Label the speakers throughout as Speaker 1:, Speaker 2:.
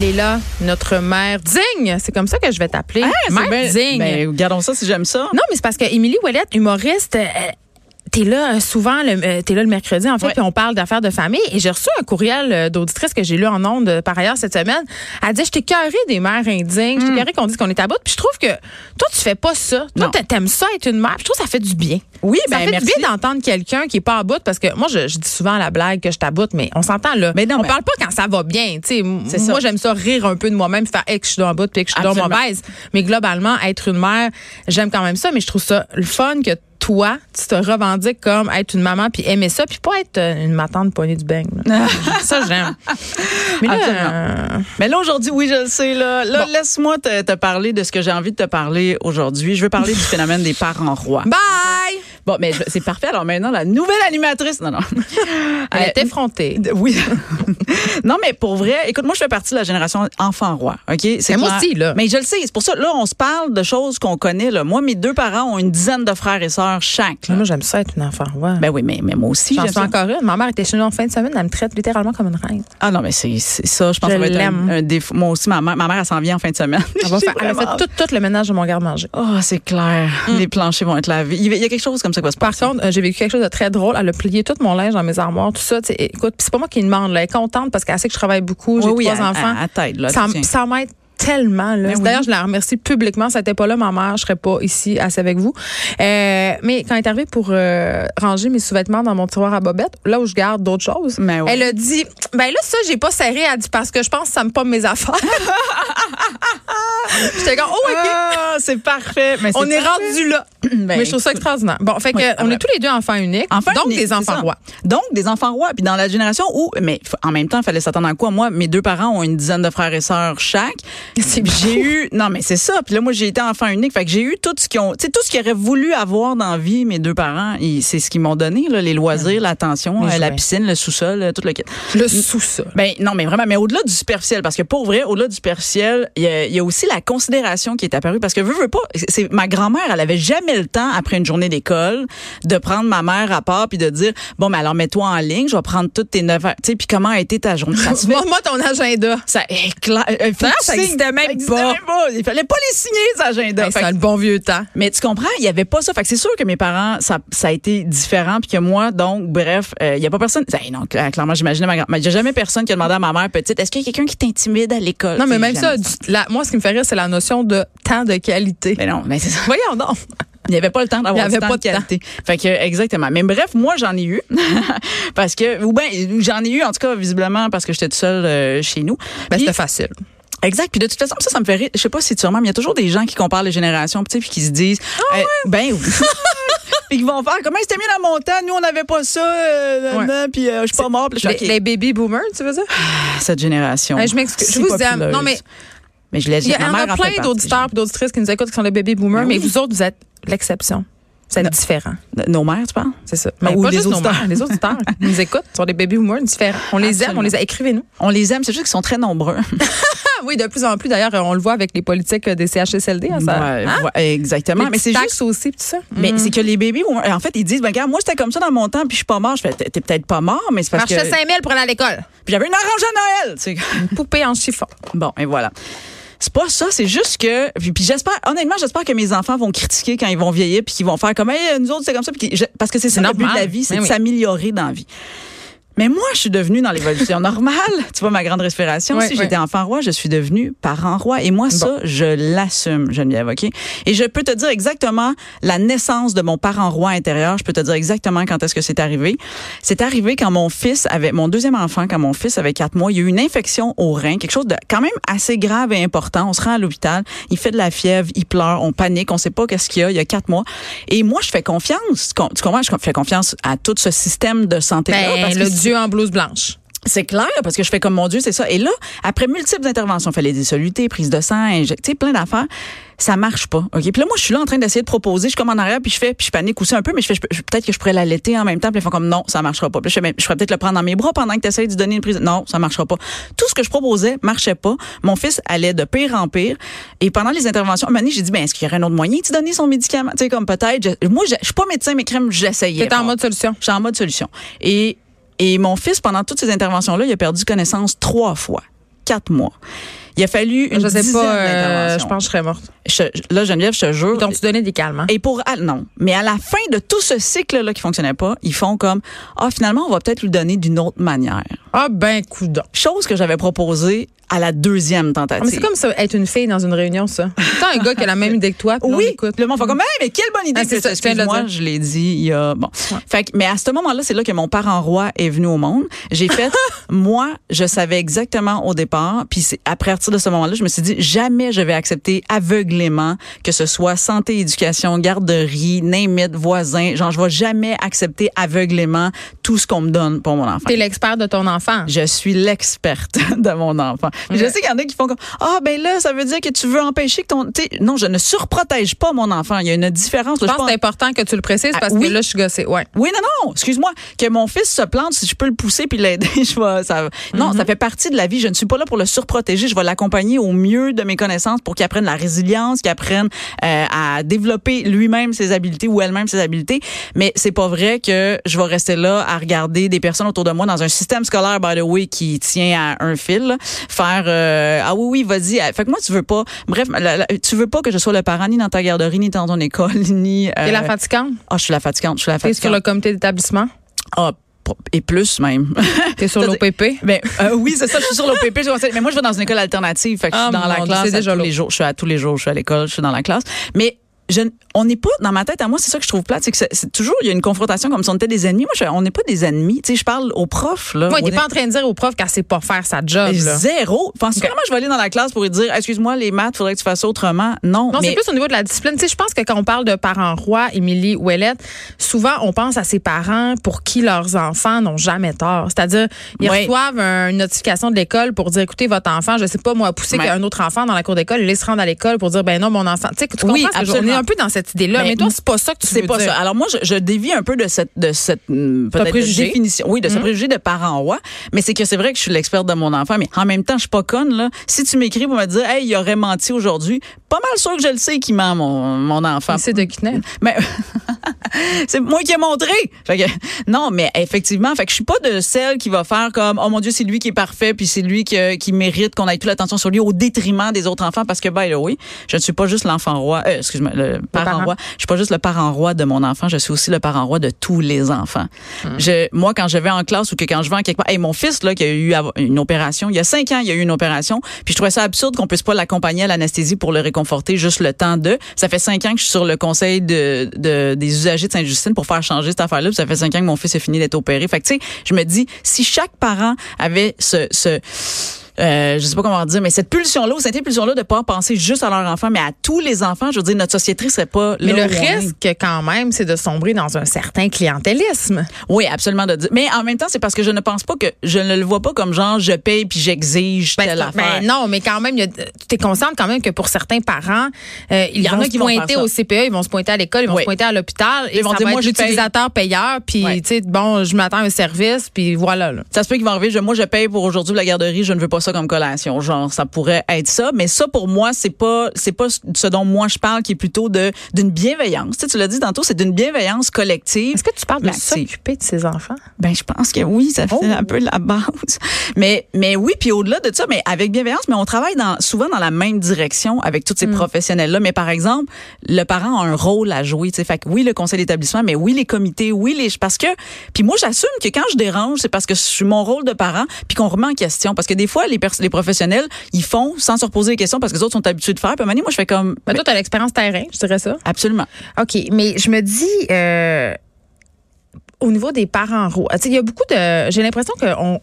Speaker 1: Elle est là, notre mère digne. C'est comme ça que je vais t'appeler.
Speaker 2: Ah,
Speaker 1: mère
Speaker 2: c'est bien-
Speaker 1: digne.
Speaker 2: Ben, gardons ça si j'aime ça.
Speaker 1: non, mais c'est parce que Émilie Ouellette, humoriste, euh, t'es là euh, souvent, le, euh, t'es là le mercredi, en fait,
Speaker 2: Ouais.
Speaker 1: puis on parle d'affaires de famille. Et j'ai reçu un courriel euh, d'auditrice que j'ai lu en ondes, euh, par ailleurs, cette semaine. Elle dit, je t'ai carré des mères indignes, je t'ai carré qu'on dise qu'on est à bout. Puis je trouve que toi, tu fais pas ça. Toi,
Speaker 2: Mm. Non.
Speaker 1: t'a- t'aimes ça être une mère. Puis je trouve que ça fait du bien.
Speaker 2: Oui,
Speaker 1: Ça
Speaker 2: ben,
Speaker 1: fait
Speaker 2: merci.
Speaker 1: du bien d'entendre quelqu'un qui est pas à bout parce que moi je, je dis souvent à la blague que je t'aboute mais on s'entend là.
Speaker 2: Mais non,
Speaker 1: on
Speaker 2: mais-
Speaker 1: parle pas quand ça va bien, tu sais. M-
Speaker 2: C'est ça.
Speaker 1: Moi j'aime ça rire un peu de moi-même, faire hey, que je suis dans le bout puis que je suis dans
Speaker 2: Absolument.
Speaker 1: mauvaise, mais globalement être une mère, j'aime quand même ça mais je trouve ça le fun que toi tu te revendiques comme être une maman puis aimer ça puis pas être euh, une matante poignée du beigne. là. ça j'aime. Mais là,
Speaker 2: Absolument.
Speaker 1: euh,
Speaker 2: Mais là, aujourd'hui, oui, je le sais. Là, là
Speaker 1: Bon.
Speaker 2: laisse-moi te, te parler de ce que j'ai envie de te parler aujourd'hui. Je veux parler du phénomène des parents rois.
Speaker 1: bye.
Speaker 2: Bon, mais je- c'est parfait. Alors maintenant, la nouvelle animatrice. Non, non.
Speaker 1: Elle
Speaker 2: Euh,
Speaker 1: est effrontée.
Speaker 2: d- oui. non, mais pour vrai, écoute, moi, je fais partie de la génération enfant roi. OK? C'est
Speaker 1: Mais moi
Speaker 2: clair.
Speaker 1: aussi, là.
Speaker 2: Mais je le sais. C'est pour ça, là, on se parle de choses qu'on connaît. Là. Moi, mes deux parents ont une dizaine de frères et sœurs chaque. là.
Speaker 1: Moi j'aime ça être une enfant. Ouais.
Speaker 2: Ben oui, mais, mais moi aussi.
Speaker 1: J'en
Speaker 2: j'aime
Speaker 1: suis
Speaker 2: ça.
Speaker 1: encore une. Ma mère était chez nous en fin de semaine, elle me traite littéralement comme une reine.
Speaker 2: Ah non, mais c'est c'est ça. Je pense
Speaker 1: Je
Speaker 2: que ça va être un,
Speaker 1: l'aime.
Speaker 2: un défaut. Moi aussi, ma mère, ma mère, elle s'en vient en fin de semaine.
Speaker 1: Elle, va
Speaker 2: J'ai
Speaker 1: faire- elle a
Speaker 2: vraiment-
Speaker 1: fait tout, Mm. tout le ménage de mon garde-manger.
Speaker 2: Oh, c'est clair. Les planchers vont être lavés. Il y a- il y a quelque chose comme ça qui va se
Speaker 1: Par
Speaker 2: passer.
Speaker 1: contre, euh, j'ai vécu quelque chose de très drôle. Elle a plié tout mon linge dans mes armoires, tout ça. tu sais, Écoute, pis c'est pas moi qui demande. là. Elle est contente parce qu'elle sait que je travaille beaucoup, j'ai
Speaker 2: oui, oui,
Speaker 1: trois
Speaker 2: à-
Speaker 1: enfants.
Speaker 2: À, à tête, là.
Speaker 1: ça
Speaker 2: tiens.
Speaker 1: m- ça m'aide tellement. là.
Speaker 2: Ben oui.
Speaker 1: D'ailleurs, je la remercie publiquement. Si elle n'était pas là, ma mère, je serais pas ici assez avec vous. Euh, mais quand elle est arrivée pour euh, ranger mes sous-vêtements dans mon tiroir à bobette, là où je garde d'autres choses,
Speaker 2: Ben oui.
Speaker 1: elle a dit, ben là, ça, j'ai pas serré. Elle dit, parce que je pense que ça me pomme mes affaires. J'étais comme, oh, OK.
Speaker 2: Ah, c'est parfait. Mais
Speaker 1: On
Speaker 2: c'est
Speaker 1: est
Speaker 2: parfait.
Speaker 1: rendu là.
Speaker 2: Ben,
Speaker 1: mais je trouve ça extraordinaire. Bon, fait que
Speaker 2: Oui,
Speaker 1: euh, on
Speaker 2: ouais.
Speaker 1: est tous les deux enfants uniques,
Speaker 2: Enfin,
Speaker 1: donc
Speaker 2: mais
Speaker 1: des
Speaker 2: c'est
Speaker 1: enfants
Speaker 2: ça.
Speaker 1: rois.
Speaker 2: Donc, des enfants rois. Puis dans la génération où, mais f- en même temps, il fallait s'attendre à quoi? Moi, mes deux parents ont une dizaine de frères et sœurs chaque.
Speaker 1: C'est
Speaker 2: Puis J'ai eu, non, mais c'est ça. Puis là, moi, j'ai été enfant unique. Fait que j'ai eu tout ce qu'ils ont, tu sais, tout ce qu'ils auraient voulu avoir dans la vie, mes deux parents. ils- C'est ce qu'ils m'ont donné, là, les loisirs, l'attention,
Speaker 1: Les
Speaker 2: euh, la
Speaker 1: jouets.
Speaker 2: piscine, le sous-sol, euh, tout le kit.
Speaker 1: Le sous-sol.
Speaker 2: Ben non, mais vraiment, mais au-delà du superficiel, parce que pour vrai, au-delà du superficiel, il y, a- il y a aussi la considération qui est apparue, parce que veux, veux pas, c'est ma grand-mère, elle avait jamais le temps après une journée d'école de prendre ma mère à part puis de dire bon, mais alors mets-toi en ligne, je vais prendre toutes tes neuf heures, tu sais, puis comment a été ta journée Ça se fait-
Speaker 1: Montre-moi ton agenda.
Speaker 2: ça est clair. Euh,
Speaker 1: Ça,
Speaker 2: faut que tu
Speaker 1: Hein? ça
Speaker 2: signes.
Speaker 1: existait même
Speaker 2: Ça existait
Speaker 1: pas.
Speaker 2: Il fallait pas les signer, ces agendas.
Speaker 1: Hey,
Speaker 2: Fait
Speaker 1: c'est dans Ben, le bon vieux temps.
Speaker 2: mais tu comprends, il y avait pas ça. Fait que c'est sûr que mes parents, ça, ça a été différent, puis que moi, donc, bref, euh, il y a pas personne. Eh non, cl- clairement, j'imaginais ma grand mais Il y a jamais personne qui a demandé à ma mère petite, est-ce qu'il y a quelqu'un qui t'intimide à l'école
Speaker 1: Non, mais
Speaker 2: Tu sais,
Speaker 1: même ça,
Speaker 2: jamais.
Speaker 1: du- la- moi, ce qui me fait rire, c'est la notion de temps de qualité.
Speaker 2: Mais non, mais c'est ça.
Speaker 1: Voyons donc.
Speaker 2: Il n'y avait pas le temps
Speaker 1: Il y
Speaker 2: d'avoir
Speaker 1: avait
Speaker 2: du temps
Speaker 1: pas
Speaker 2: de
Speaker 1: de temps.
Speaker 2: qualité. Fait que exactement. Mais bref, moi j'en ai eu parce que ou ben j'en ai eu en tout cas visiblement parce que j'étais toute seule euh, chez nous.
Speaker 1: Ben,
Speaker 2: Puis-
Speaker 1: c'était facile.
Speaker 2: Exact. Puis de toute façon, ça, ça me fait rire. Je sais pas si tu remarques, mais il y a toujours des gens qui comparent les générations, tu sais, puis qui se disent,
Speaker 1: Ah
Speaker 2: euh, ben oui. Puis qui vont faire, comment c'était mieux dans mon temps, nous on n'avait pas ça, euh,
Speaker 1: Ouais.
Speaker 2: nanana, puis euh, je suis pas mort, puis je suis
Speaker 1: Les,
Speaker 2: OK.
Speaker 1: les baby boomers, tu veux dire?
Speaker 2: cette génération.
Speaker 1: Hey, Ben, je m'excuse.
Speaker 2: si
Speaker 1: Je vous aime.
Speaker 2: populeuse.
Speaker 1: Non, mais
Speaker 2: mais je l'ai
Speaker 1: il y en a plein d'auditeurs et d'auditrices qui nous écoutent qui sont les baby boomers,
Speaker 2: Ben
Speaker 1: mais
Speaker 2: oui.
Speaker 1: vous autres, vous êtes l'exception. Vous êtes
Speaker 2: Non.
Speaker 1: différents.
Speaker 2: Nos mères, tu parles?
Speaker 1: C'est ça.
Speaker 2: Ben,
Speaker 1: Mais
Speaker 2: ou
Speaker 1: pas
Speaker 2: les
Speaker 1: juste nos
Speaker 2: auditeurs.
Speaker 1: mères, Les auditeurs qui nous écoutent sont des baby boomers différents. On les aime,
Speaker 2: Absolument.
Speaker 1: on les a. Écrivez-nous.
Speaker 2: On les aime, c'est juste qu'ils sont très nombreux.
Speaker 1: Ah oui, de plus en plus. D'ailleurs, on le voit avec les politiques euh, des CHSLD. hein, ça,
Speaker 2: Ouais,
Speaker 1: hein?
Speaker 2: ouais, exactement.
Speaker 1: Les
Speaker 2: mais c'est
Speaker 1: petites
Speaker 2: juste
Speaker 1: taxes aussi, pis tout ça. Mm.
Speaker 2: Mais c'est que les bébés, vont- en fait, ils disent, ben, regarde, moi, j'étais comme ça dans mon temps, puis je suis pas mort. Je fais, t'es t'es peut-être pas mort, mais c'est parce
Speaker 1: Marchait
Speaker 2: que.
Speaker 1: 5 000 pour aller à l'école.
Speaker 2: Puis j'avais une orange à Noël, tu sais.
Speaker 1: Une poupée en chiffon.
Speaker 2: Bon, et voilà. C'est pas ça, c'est juste que puis, puis j'espère honnêtement j'espère que mes enfants vont critiquer quand ils vont vieillir puis qu'ils vont faire comme hey, nous autres c'est comme ça puis qu'ils- je- parce que c'est ça
Speaker 1: C'est
Speaker 2: le but de
Speaker 1: normal.
Speaker 2: la vie, c'est
Speaker 1: Mais
Speaker 2: de
Speaker 1: oui.
Speaker 2: s'améliorer dans la vie. Mais moi, je suis devenue dans l'évolution normale, tu vois ma grande respiration,
Speaker 1: Ouais,
Speaker 2: si
Speaker 1: ouais.
Speaker 2: j'étais enfant roi, je suis devenue parent roi et moi ça je l'assume, Geneviève, OK Et je peux te dire exactement la naissance de mon parent roi intérieur, je peux te dire exactement quand est-ce que c'est arrivé. C'est arrivé quand mon fils avait mon deuxième enfant quand mon fils avait quatre mois, il y a eu une infection au rein, quelque chose de quand même assez grave et important. On se rend à l'hôpital, il fait de la fièvre, il pleure, on panique, on sait pas qu'est-ce qu'il y a. Il y a quatre mois. Et moi, je fais confiance. Tu com- tu comprends? Je fais confiance à tout ce système de santé là
Speaker 1: Ben, le dieu en blouse blanche.
Speaker 2: c'est clair parce que je fais comme mon Dieu, c'est ça. Et là, après multiples interventions, fallait des solutés, prise de sang, injecter, plein d'affaires, ça marche pas. OK. Puis là, moi, je suis là en train d'essayer de proposer, je suis comme en arrière, puis je fais, puis je panique aussi un peu, mais je fais, je peux- je- peut-être que je pourrais l'allaiter en même temps, puis ils font comme non, ça marchera pas. Puis là, je fais, mais je pourrais peut-être le prendre dans mes bras pendant que tu essaies de lui donner une prise. de- Non, ça marchera pas. Tout ce que je proposais marchait pas. Mon fils allait de pire en pire. Et pendant les interventions, à un moment donné, j'ai dit, ben, est-ce qu'il y aurait un autre moyen de lui donner son médicament? Tu sais, comme peut-être, je- moi, je, je suis pas médecin, mais crème, j'essayais.
Speaker 1: T'es en
Speaker 2: Bon.
Speaker 1: mode solution.
Speaker 2: J'étais en mode solution. Et, et mon fils, pendant toutes ces interventions-là, il a perdu connaissance trois fois. quatre mois. Il a fallu une
Speaker 1: je sais
Speaker 2: dizaine
Speaker 1: pas, euh,
Speaker 2: d'interventions.
Speaker 1: je pense que je serais morte.
Speaker 2: Je- là, Geneviève, je te jure.
Speaker 1: Donc, tu donnais des calmants.
Speaker 2: Et pour ah, non, mais à la fin de tout ce cycle là qui fonctionnait pas, ils font comme ah finalement on va peut-être lui donner d'une autre manière.
Speaker 1: Ah, ben, coudon.
Speaker 2: Chose que j'avais proposée à la deuxième
Speaker 1: Ah, mais c'est
Speaker 2: tentative.
Speaker 1: comme ça, être une fille dans une réunion, ça. T'as un gars qui a la même idée que toi, puis là, on
Speaker 2: oui,
Speaker 1: écoute.
Speaker 2: le monde fait comme hey, mais quelle bonne idée
Speaker 1: Ah, c'est
Speaker 2: que
Speaker 1: ça,
Speaker 2: Mm. ça,
Speaker 1: je viens de le
Speaker 2: excuse-moi,
Speaker 1: dire.
Speaker 2: je l'ai dit il y a bon.
Speaker 1: Ouais.
Speaker 2: Fait que, mais à ce moment-là, c'est là que mon parent roi est venu au monde. J'ai fait moi, je savais exactement au départ, puis c'est à partir de ce moment-là, je me suis dit jamais je vais accepter aveuglément que ce soit santé, éducation, garderie, name it, voisin, genre je vais jamais accepter aveuglément tout ce qu'on me donne pour mon enfant.
Speaker 1: T'es l'expert de ton enfant.
Speaker 2: Je suis l'experte de mon enfant. Puis Je sais qu'il y en a qui font comme ah ben là ça veut dire que tu veux empêcher que ton tu sais, non je ne surprotège pas mon enfant. Il y a une différence.
Speaker 1: Je
Speaker 2: là,
Speaker 1: pense que c'est
Speaker 2: en-
Speaker 1: important que tu le précises
Speaker 2: Ah,
Speaker 1: parce
Speaker 2: oui.
Speaker 1: que là, je suis gossée. Ouais.
Speaker 2: oui, non, non, excuse-moi, que mon fils se plante, si je peux le pousser puis l'aider, je vais, ça, non,
Speaker 1: Mm-hmm.
Speaker 2: ça fait partie de la vie. Je ne suis pas là pour le surprotéger. Je vais l'accompagner au mieux de mes connaissances pour qu'il apprenne la résilience, qu'il apprenne euh, à développer lui-même ses habiletés ou elle-même ses habiletés. Mais c'est pas vrai que je vais rester là à regarder des personnes autour de moi dans un système scolaire, by the way, qui tient à un fil, là, faire, euh, ah oui, oui, vas-y. Ah, Fait que moi, tu veux pas, bref, la- la- tu veux pas que je sois le parent ni dans ta garderie, ni dans ton école, ni,
Speaker 1: T'es la
Speaker 2: euh,
Speaker 1: fatigante.
Speaker 2: ah, je suis la fatigante, je suis la
Speaker 1: T'es
Speaker 2: fatigante.
Speaker 1: sur le comité d'établissement.
Speaker 2: Ah, pro- et plus même.
Speaker 1: T'es sur
Speaker 2: C'est-à-dire-
Speaker 1: l'OPP.
Speaker 2: ben, euh, oui, c'est ça, je suis sur l'OPP. je conseille- Mais moi, je vais dans une école alternative. Fait que je suis
Speaker 1: Ah,
Speaker 2: dans la
Speaker 1: mon Dieu,
Speaker 2: classe
Speaker 1: c'est
Speaker 2: à
Speaker 1: déjà
Speaker 2: tous les
Speaker 1: lourd.
Speaker 2: jours. Je suis à tous les jours, je suis à l'école, je suis dans la classe. Mais je, n- on n'est pas, dans ma tête, à moi, c'est ça que je trouve plate, c'est que c'est- c'est toujours, il y a une confrontation comme si on était des ennemis. Moi, je- on n'est pas des ennemis. Tu sais, je parle aux profs, là.
Speaker 1: Moi,
Speaker 2: On
Speaker 1: t'es
Speaker 2: est-
Speaker 1: pas en train de dire au prof qu'elle sait pas faire sa job. là.
Speaker 2: Zéro. Penses-tu
Speaker 1: Ok.
Speaker 2: vraiment je vais aller dans la classe pour lui dire, excuse-moi, les maths, faudrait que tu fasses autrement? Non.
Speaker 1: Non,
Speaker 2: mais
Speaker 1: c'est plus au niveau de la discipline. Tu sais, je pense que quand on parle de parents rois, Émilie Ouellette, souvent on pense à ces parents pour qui leurs enfants n'ont jamais tort. C'est-à-dire, ils
Speaker 2: Ouais.
Speaker 1: reçoivent un- une notification de l'école pour dire, écoutez, votre enfant, je sais pas moi, pousser
Speaker 2: Ouais.
Speaker 1: qu'un autre enfant dans la cour d'école, il laisse rendre à l'école pour dire, ben non, mon enfant. Tu sais, que tu
Speaker 2: Oui,
Speaker 1: comprends ce que je-
Speaker 2: absolument.
Speaker 1: On est un peu dans cette idée-là.
Speaker 2: Mais
Speaker 1: Mais, toi, c'est pas ça que tu
Speaker 2: c'est
Speaker 1: veux
Speaker 2: pas
Speaker 1: dire.
Speaker 2: ça. Alors moi, je, je dévie un peu de cette, de cette hum,
Speaker 1: T'as
Speaker 2: peut-être de
Speaker 1: préjugé.
Speaker 2: définition, oui,
Speaker 1: Mm-hmm.
Speaker 2: de ce préjugé de parent roi. Mais c'est que c'est vrai que je suis l'experte de mon enfant, mais en même temps, je suis pas conne là. Si tu m'écris pour me dire, hey, il aurait menti aujourd'hui, pas mal sûr que je le sais qu'il ment mon, mon enfant.
Speaker 1: C'est de Guinée.
Speaker 2: Mais c'est moi qui ai montré. Fait que- non, mais effectivement, fait que je suis pas de celle qui va faire comme oh mon dieu, c'est lui qui est parfait puis c'est lui qui, qui mérite qu'on ait toute l'attention sur lui au détriment des autres enfants parce que by the way, je ne suis pas juste l'enfant roi, euh, excuse-moi, le parent,
Speaker 1: parent.
Speaker 2: roi. Je suis pas juste le parent roi de mon enfant, je suis aussi le parent roi de tous les enfants. Je moi quand je vais en classe ou que quand je vais en quelque part, hey, mon fils là qui a eu av- une opération, il y a cinq ans, il y a eu une opération, puis je trouvais ça absurde qu'on puisse pas l'accompagner à l'anesthésie pour le réconforter juste le temps de. Ça fait cinq ans que je suis sur le conseil de, de- des usagers de Sainte-Justine pour faire changer cette affaire-là. puis Ça fait cinq ans que mon fils a fini d'être opéré. Fait que tu sais, je me dis si chaque parent avait ce, ce euh, je sais pas comment dire, mais cette pulsion-là, ou cette impulsion-là de pas penser juste à leur enfant, mais à tous les enfants, je veux dire, notre société serait pas
Speaker 1: Mais
Speaker 2: là
Speaker 1: le
Speaker 2: où on est.
Speaker 1: risque, quand même, c'est de sombrer dans un certain clientélisme.
Speaker 2: Oui, absolument. De dire. Mais en même temps, c'est parce que je ne pense pas que je ne le vois pas comme genre je paye puis j'exige
Speaker 1: Ben,
Speaker 2: telle
Speaker 1: c'est- ben
Speaker 2: affaire.
Speaker 1: non, mais quand même, il y a- euh, tu t'es consciente quand même que pour certains parents, euh, ils
Speaker 2: Il y en
Speaker 1: vont
Speaker 2: a
Speaker 1: se
Speaker 2: qui vont faire
Speaker 1: pointer
Speaker 2: ça.
Speaker 1: au CPE, ils vont se pointer à l'école, ils vont
Speaker 2: Oui.
Speaker 1: se pointer à l'hôpital.
Speaker 2: Ils
Speaker 1: Et vont
Speaker 2: vont dire,
Speaker 1: dire,
Speaker 2: moi,
Speaker 1: moi,
Speaker 2: je paye.
Speaker 1: l'utilisateur payeur, puis,
Speaker 2: Ouais.
Speaker 1: tu sais, bon, je m'attends à un service, puis voilà. Là.
Speaker 2: Ça se peut qu'ils vont arriver. je- moi, je paye pour aujourd'hui la garderie. Je ne veux pas ça comme collation. Genre, ça pourrait être ça. Mais ça, pour moi, c'est pas, c'est pas ce dont moi je parle, qui est plutôt de d'une bienveillance. Tu, sais, tu l'as dit tantôt, c'est d'une bienveillance collective.
Speaker 1: Est-ce que tu parles de
Speaker 2: Mais c'est-
Speaker 1: s'occuper de ses enfants?
Speaker 2: Ben, je pense que oui, ça fait
Speaker 1: Oh.
Speaker 2: un peu la base. Mais, mais oui, puis au-delà de ça, mais avec bienveillance, mais on travaille dans, souvent dans la même direction avec tous ces professionnels-là. Mais par exemple, le parent a un rôle à jouer, tu sais. Fait que oui, le conseil d'établissement, mais oui, les comités, oui, les, parce que, puis moi, j'assume que quand je dérange, c'est parce que je suis mon rôle de parent, puis qu'on remet en question. Parce que des fois, les, pers- les professionnels, ils font sans se reposer les questions parce que les autres sont habitués de faire. Puis à un moment donné, moi, je fais comme,
Speaker 1: Ben, toi, tu as l'expérience terrain, je dirais ça.
Speaker 2: absolument.
Speaker 1: OK, mais je me dis euh, au niveau des parents rois, tu sais, il y a beaucoup de j'ai l'impression qu'on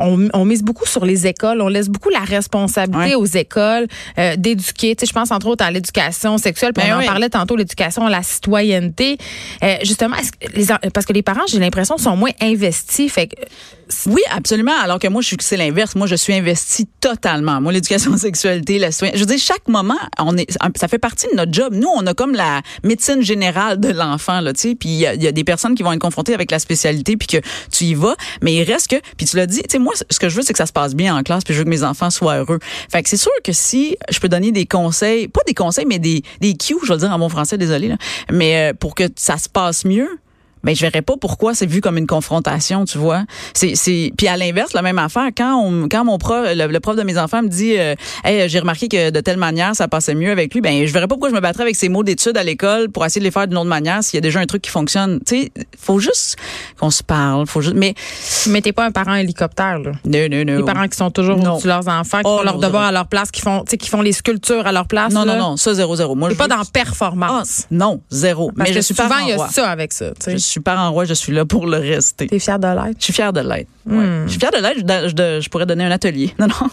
Speaker 1: on, on mise beaucoup sur les écoles, on laisse beaucoup la responsabilité
Speaker 2: Ouais.
Speaker 1: aux écoles euh, d'éduquer. Tu sais, je pense entre autres à l'éducation sexuelle, puis
Speaker 2: Ben
Speaker 1: on
Speaker 2: oui.
Speaker 1: en parlait tantôt, l'éducation à la citoyenneté. Euh, justement, est-ce que les en- parce que les parents, j'ai l'impression, sont moins investis. Fait que,
Speaker 2: Oui, absolument. Alors que moi, je suis c'est l'inverse. Moi, je suis investie totalement. Moi, l'éducation sexualité, la citoyen- Je veux dire, chaque moment, on est, ça fait partie de notre job. Nous, on a comme la médecine générale de l'enfant, là, tu sais. Puis il y, a- il y a des personnes qui vont être confrontées avec la spécialité, puis que tu y vas. Mais il reste que, puis tu l'as dit, tu sais, moi, ce que je veux, c'est que ça se passe bien en classe, puis je veux que mes enfants soient heureux. Fait que c'est sûr que si je peux donner des conseils, pas des conseils, mais des, des cues, je vais le dire en bon français, désolé, là, mais euh, pour que ça se passe mieux, ben, ben je verrais pas pourquoi c'est vu comme une confrontation, tu vois. C'est c'est puis à l'inverse la même affaire quand on quand mon prof le, le prof de mes enfants me dit euh, hey, j'ai remarqué que de telle manière ça passait mieux avec lui, ben je verrais pas pourquoi je me battrais avec ces mots d'études à l'école pour essayer de les faire d'une autre manière s'il y a déjà un truc qui fonctionne. Tu sais, faut juste qu'on se parle, faut juste mais
Speaker 1: Mais t'es pas un parent hélicoptère, là.
Speaker 2: non non non.
Speaker 1: Les parents qui sont toujours
Speaker 2: Non.
Speaker 1: au-dessus de leurs enfants, qui
Speaker 2: Oh,
Speaker 1: font leurs
Speaker 2: non,
Speaker 1: devoirs
Speaker 2: zéro.
Speaker 1: à leur place, qui font, tu sais, qui font les sculptures à leur place.
Speaker 2: non, non,
Speaker 1: là.
Speaker 2: non, ça, zéro, zéro. Moi,
Speaker 1: T'es
Speaker 2: je
Speaker 1: pas
Speaker 2: veux-
Speaker 1: dans performance.
Speaker 2: Ah, non, zéro.
Speaker 1: Parce
Speaker 2: mais
Speaker 1: que
Speaker 2: je suis
Speaker 1: souvent,
Speaker 2: parent
Speaker 1: il y a
Speaker 2: roi.
Speaker 1: ça avec ça. tu sais.
Speaker 2: Je suis parent roi, je suis là pour le rester.
Speaker 1: T'es fière de l'être.
Speaker 2: Je suis fière de l'être. Ouais.
Speaker 1: Hmm.
Speaker 2: Je suis fière de l'être. Je, je- je pourrais donner un atelier. Non, non.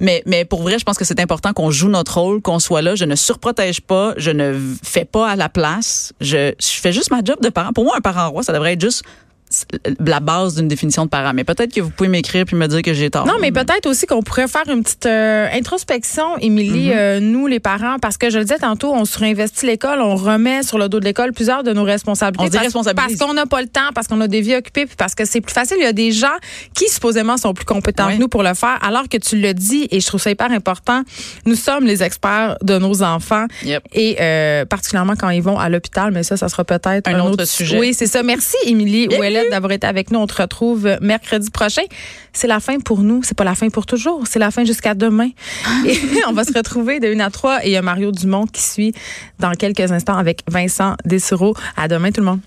Speaker 2: mais, mais pour vrai, je pense que c'est important qu'on joue notre rôle, qu'on soit là. Je ne surprotège pas. Je ne v- fais pas à la place. Je, je fais juste ma job de parent. Pour moi, un parent roi, ça devrait être juste s- la base d'une définition de parent. Mais peut-être que vous pouvez m'écrire puis me dire que j'ai tort.
Speaker 1: Non, mais peut-être aussi qu'on pourrait faire une petite euh, introspection,
Speaker 2: Mm-hmm.
Speaker 1: Émilie, euh, nous, les parents, parce que je le disais tantôt, on surinvestit l'école, on remet sur le dos de l'école plusieurs de nos responsabilités.
Speaker 2: On se
Speaker 1: parce-
Speaker 2: déresponsabilise.
Speaker 1: Parce qu'on n'a pas le temps, parce qu'on a des vies occupées, puis parce que c'est plus facile. Il y a des gens qui, supposément, sont plus compétents
Speaker 2: Ouais.
Speaker 1: que nous pour le faire, alors que tu le dis, et je trouve ça hyper important, nous sommes les experts de nos enfants,
Speaker 2: Yep.
Speaker 1: et euh, particulièrement quand ils vont à l'hôpital, mais ça, ça sera peut-être
Speaker 2: Un
Speaker 1: un,
Speaker 2: autre sujet.
Speaker 1: Oui, c'est ça. Merci, Émilie Ouellet, d'avoir été avec nous. On te retrouve mercredi prochain. C'est la fin pour nous. C'est pas la fin pour toujours. C'est la fin jusqu'à demain.
Speaker 2: Ah.
Speaker 1: Et on va se retrouver de 1 à 3. Et il y a Mario Dumont qui suit dans quelques instants avec Vincent Dessureau. À demain, tout le monde.